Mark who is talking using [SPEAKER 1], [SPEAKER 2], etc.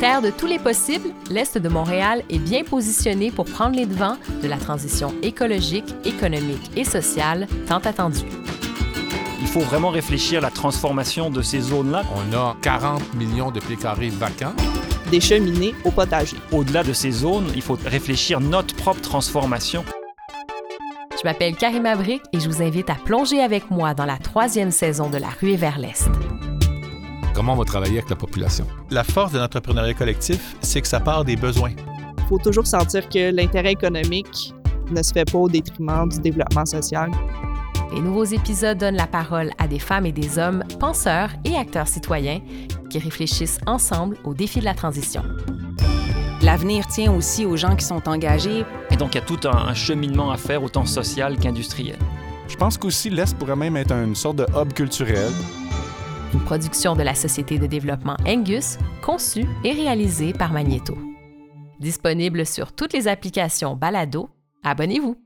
[SPEAKER 1] Terre de tous les possibles, l'Est de Montréal est bien positionné pour prendre les devants de la transition écologique, économique et sociale tant attendue.
[SPEAKER 2] Il faut vraiment réfléchir à la transformation de ces zones-là.
[SPEAKER 3] On a 40 millions de pieds carrés vacants.
[SPEAKER 4] Des cheminées au potager.
[SPEAKER 2] Au-delà de ces zones, il faut réfléchir notre propre transformation.
[SPEAKER 1] Je m'appelle Karim Abric et je vous invite à plonger avec moi dans la troisième saison de La Ruée vers l'Est.
[SPEAKER 3] Comment on va travailler avec la population?
[SPEAKER 5] La force de l'entrepreneuriat collectif, c'est que ça part des besoins.
[SPEAKER 4] Il faut toujours sentir que l'intérêt économique ne se fait pas au détriment du développement social.
[SPEAKER 1] Les nouveaux épisodes donnent la parole à des femmes et des hommes, penseurs et acteurs citoyens, qui réfléchissent ensemble aux défis de la transition.
[SPEAKER 6] L'avenir tient aussi aux gens qui sont engagés.
[SPEAKER 2] Et donc, il y a tout un, un cheminement à faire, autant social qu'industriel.
[SPEAKER 7] Je pense qu'aussi l'Est pourrait même être une sorte de hub culturel.
[SPEAKER 1] Une production de la Société de développement Angus, conçue et réalisée par Magneto. Disponible sur toutes les applications Balado, abonnez-vous!